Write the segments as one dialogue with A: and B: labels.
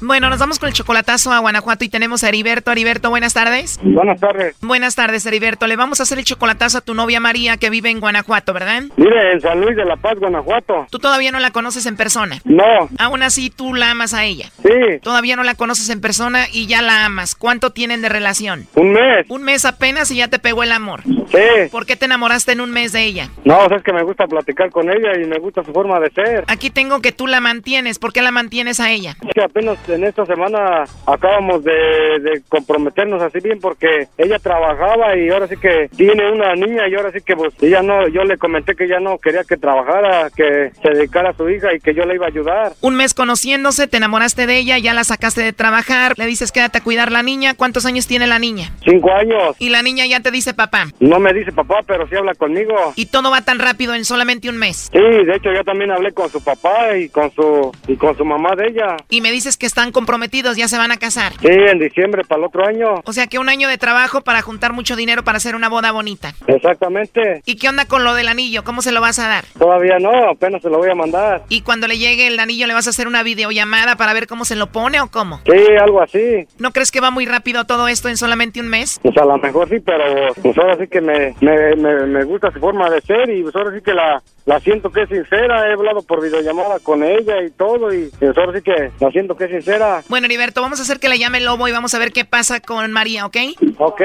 A: Bueno, nos vamos con el chocolatazo a Guanajuato y tenemos a Heriberto. Heriberto, buenas tardes.
B: Buenas tardes.
A: Buenas tardes, Heriberto. Le vamos a hacer el chocolatazo a tu novia María que vive en Guanajuato, ¿verdad?
B: Mire, en San Luis de la Paz, Guanajuato.
A: ¿Tú todavía no la conoces en persona?
B: No.
A: Aún así, tú la amas a ella.
B: Sí.
A: Todavía no la conoces en persona y ya la amas. ¿Cuánto tienen de relación?
B: Un mes.
A: Un mes apenas y ya te pegó el amor.
B: Sí.
A: ¿Por qué te enamoraste en un mes de ella?
B: No, o sea, es que me gusta platicar con ella y me gusta su forma de ser.
A: Aquí tengo que tú la mantienes. ¿Por qué la mantienes a ella?
B: Es que apenas en esta semana acabamos de, de comprometernos así bien porque ella trabajaba y ahora sí que tiene una niña y ahora sí que pues ella no, yo le comenté que ya no quería que trabajara, que se dedicara a su hija y que yo le iba a ayudar.
A: Un mes conociéndose, te enamoraste de ella, ya la sacaste de trabajar, le dices quédate a cuidar la niña. ¿Cuántos años tiene la niña?
B: Cinco años.
A: Y la niña ya te dice papá.
B: No me dice papá, pero sí habla conmigo.
A: Y todo va tan rápido en solamente un mes.
B: Sí, de hecho yo también hablé con su papá y con su y con su mamá de ella.
A: Y me dices que están comprometidos, ya se van a casar.
B: Sí, en diciembre para el otro año.
A: O sea que un año de trabajo para juntar mucho dinero para hacer una boda bonita.
B: Exactamente.
A: ¿Y qué onda con lo del anillo? ¿Cómo se lo vas a dar?
B: Todavía no, apenas se lo voy a mandar.
A: ¿Y cuando le llegue el anillo le vas a hacer una videollamada para ver cómo se lo pone o cómo?
B: Sí, algo así.
A: ¿No crees que va muy rápido todo esto en solamente un mes?
B: Pues a lo mejor sí, pero pues ahora sí que me, me, me, me gusta su forma de ser y pues ahora sí que la, la siento que es sincera, he hablado por videollamada con ella y todo, y pues, ahora sí que la siento que es sincera.
A: Bueno, Heriberto, vamos a hacer que le llame Lobo y vamos a ver qué pasa con María, ¿ok?
B: Ok.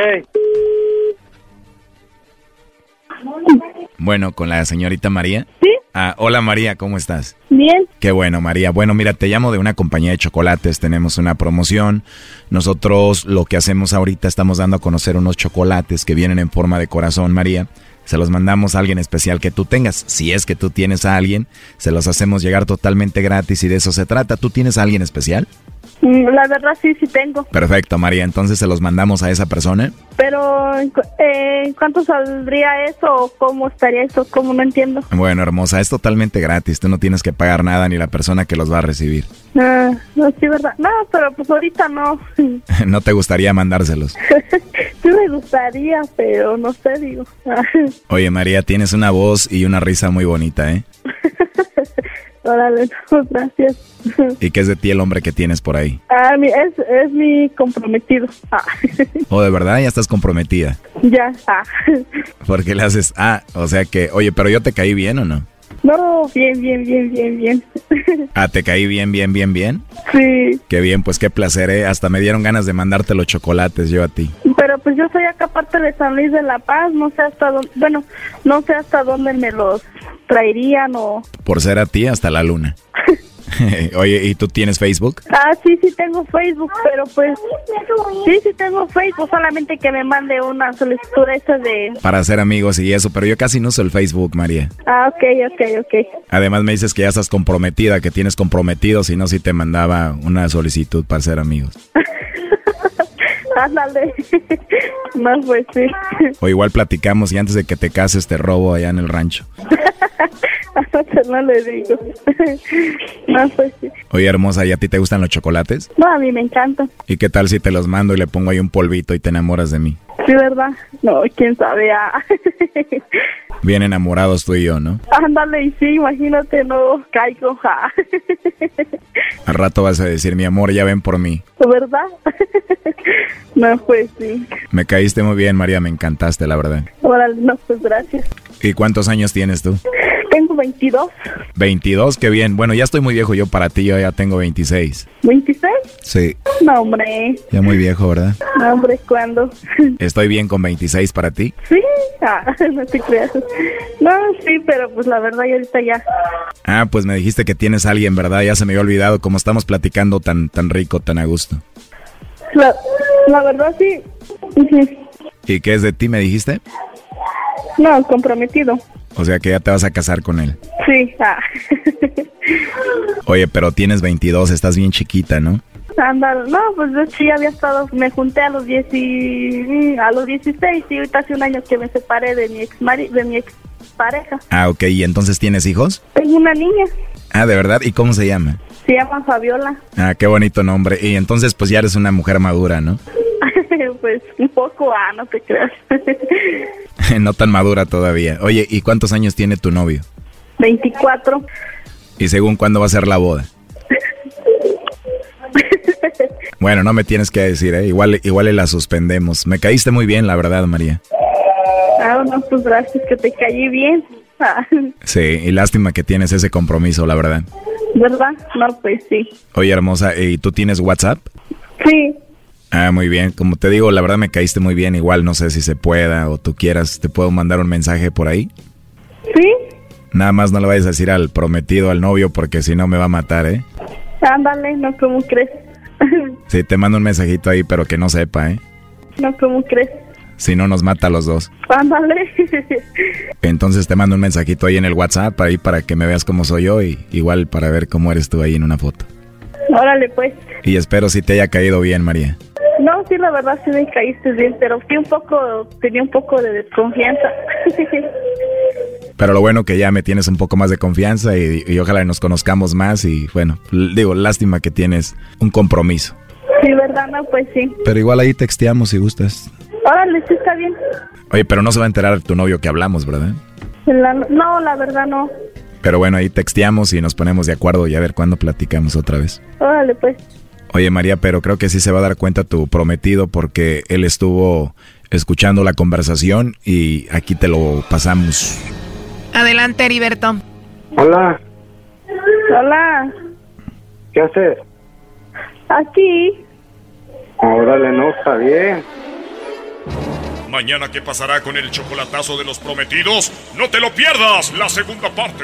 C: Bueno, con la señorita María.
D: Sí.
C: Ah, hola María, ¿cómo estás?
D: Bien.
C: Qué bueno, María. Bueno, mira, te llamo de una compañía de chocolates, tenemos una promoción. Nosotros lo que hacemos ahorita estamos dando a conocer unos chocolates que vienen en forma de corazón, María se los mandamos a alguien especial que tú tengas. Si es que tú tienes a alguien, se los hacemos llegar totalmente gratis y de eso se trata. ¿Tú tienes a alguien especial?
D: Mm, La verdad sí, sí tengo.
C: Perfecto, María. Entonces se los mandamos a esa persona.
D: Pero, eh, ¿cuánto saldría eso? ¿Cómo estaría eso? ¿Cómo no entiendo?
C: Bueno, hermosa, es totalmente gratis. Tú no tienes que pagar nada ni la persona que los va a recibir.
D: Ah, no, sí, verdad. No, pero pues ahorita no.
C: ¿No te gustaría mandárselos?
D: sí me gustaría, pero no sé, digo.
C: Oye, María, tienes una voz y una risa muy bonita, ¿eh?
D: Órale, no, gracias.
C: ¿Y qué es de ti el hombre que tienes por ahí?
D: Ah, mi, es, es mi comprometido. Ah.
C: ¿O oh, de verdad ya estás comprometida?
D: Ya, ah.
C: ¿Por qué le haces ah? O sea que, oye, pero yo te caí bien o no?
D: No, bien, bien, bien, bien, bien.
C: Ah, ¿te caí bien, bien, bien, bien?
D: Sí.
C: Qué bien, pues qué placer, ¿eh? Hasta me dieron ganas de mandarte los chocolates yo a ti.
D: Pero pues yo soy acá parte de San Luis de la Paz, no sé hasta dónde, bueno, no sé hasta dónde me los traerían o...
C: Por ser a ti hasta la luna. Oye, ¿y tú tienes Facebook?
D: Ah, sí, sí tengo Facebook, pero pues... Sí, sí tengo Facebook, solamente que me mande una solicitud esa de...
C: Para ser amigos y eso, pero yo casi no uso el Facebook, María.
D: Ah, ok, ok, ok.
C: Además me dices que ya estás comprometida, que tienes comprometido, si no, si te mandaba una solicitud para ser amigos.
D: Ándale. No, pues sí.
C: O igual platicamos y antes de que te cases te robo allá en el rancho.
D: no le digo. No, pues sí.
C: Oye, hermosa, ¿y a ti te gustan los chocolates?
D: No, a mí me encantan.
C: ¿Y qué tal si te los mando y le pongo ahí un polvito y te enamoras de mí?
D: Sí, ¿verdad? No, quién sabe. Ah.
C: Bien enamorados tú y yo, ¿no?
D: Ándale, y sí, imagínate, no caigo. Ja.
C: Al rato vas a decir, mi amor, ya ven por mí.
D: ¿Verdad? No, pues sí.
C: Me caíste muy bien, María, me encantaste, la verdad.
D: Órale, no, pues gracias.
C: ¿Y cuántos años tienes tú?
D: Tengo 22.
C: 22, qué bien. Bueno, ya estoy muy viejo yo para ti, yo ya tengo 26.
D: ¿26?
C: Sí.
D: No, hombre.
C: Ya muy viejo, ¿verdad?
D: No, hombre, ¿cuándo?
C: ¿Estoy bien con 26 para ti?
D: Sí, ah, no te creas. No, sí, pero pues la verdad, yo ahorita ya.
C: Ah, pues me dijiste que tienes a alguien, ¿verdad? Ya se me había olvidado cómo estamos platicando tan, tan rico, tan a gusto.
D: La, la verdad, sí.
C: ¿Y qué es de ti, me dijiste?
D: No, comprometido.
C: O sea que ya te vas a casar con él.
D: Sí. Ah.
C: Oye, pero tienes 22, estás bien chiquita, ¿no?
D: Ándale, no, pues yo sí había estado, me junté a los 10 y- a los 16 y ahorita hace un año que me separé de mi ex mari- de mi ex pareja.
C: Ah, ok. ¿Y entonces tienes hijos?
D: Tengo una niña,
C: Ah, ¿de verdad? ¿Y cómo se llama?
D: se llama Fabiola.
C: Ah, qué bonito nombre. Y entonces pues ya eres una mujer madura, ¿no?
D: pues un poco, ah, no te creas.
C: no tan madura todavía. Oye, ¿y cuántos años tiene tu novio?
D: 24.
C: ¿Y según cuándo va a ser la boda? Bueno, no me tienes que decir, ¿eh? igual, igual y la suspendemos. Me caíste muy bien, la verdad, María.
D: Ah, no, pues gracias que te caí bien. Ah,
C: Sí, y lástima que tienes ese compromiso, la verdad.
D: ¿Verdad? No, pues sí.
C: Oye, hermosa, ¿y tú tienes WhatsApp?
D: Sí,
C: Ah, muy bien. Como te digo, la verdad me caíste muy bien. Igual no sé si se pueda o tú quieras. Te puedo mandar un mensaje por ahí.
D: sí,
C: Nada más no le vayas a decir al prometido, al novio, porque si no me va a matar, ¿eh?
D: ándale, no, ¿cómo crees?
C: Sí, te mando un mensajito ahí, pero que no sepa, ¿eh?
D: no, ¿cómo crees?
C: Si no, nos mata a los dos.
D: Ándale.
C: Entonces te mando un mensajito ahí en el WhatsApp, ahí para que me veas cómo soy yo y igual para ver cómo eres tú ahí en una foto.
D: Órale, pues.
C: Y espero si te haya caído bien, María.
D: No, sí, la verdad sí me caíste bien, pero fui un poco, tenía un poco de desconfianza.
C: Pero lo bueno que ya me tienes un poco más de confianza y, y ojalá nos conozcamos más y bueno, l- digo, lástima que tienes un compromiso.
D: sí, ¿verdad? No, pues sí.
C: Pero igual ahí texteamos si gustas.
D: Órale, sí está bien.
C: Oye, pero no se va a enterar tu novio que hablamos, ¿verdad?
D: La- no, la verdad no.
C: Pero bueno, ahí texteamos y nos ponemos de acuerdo y a ver cuándo platicamos otra vez.
D: Órale, pues.
C: Oye María, pero creo que sí se va a dar cuenta tu prometido porque él estuvo escuchando la conversación y aquí te lo pasamos.
A: Adelante, Heriberto.
B: Hola,
D: Hola,
B: ¿qué haces?
D: aquí.
B: Órale, no, está bien.
E: Mañana qué pasará con el chocolatazo de los prometidos, no te lo pierdas la segunda parte.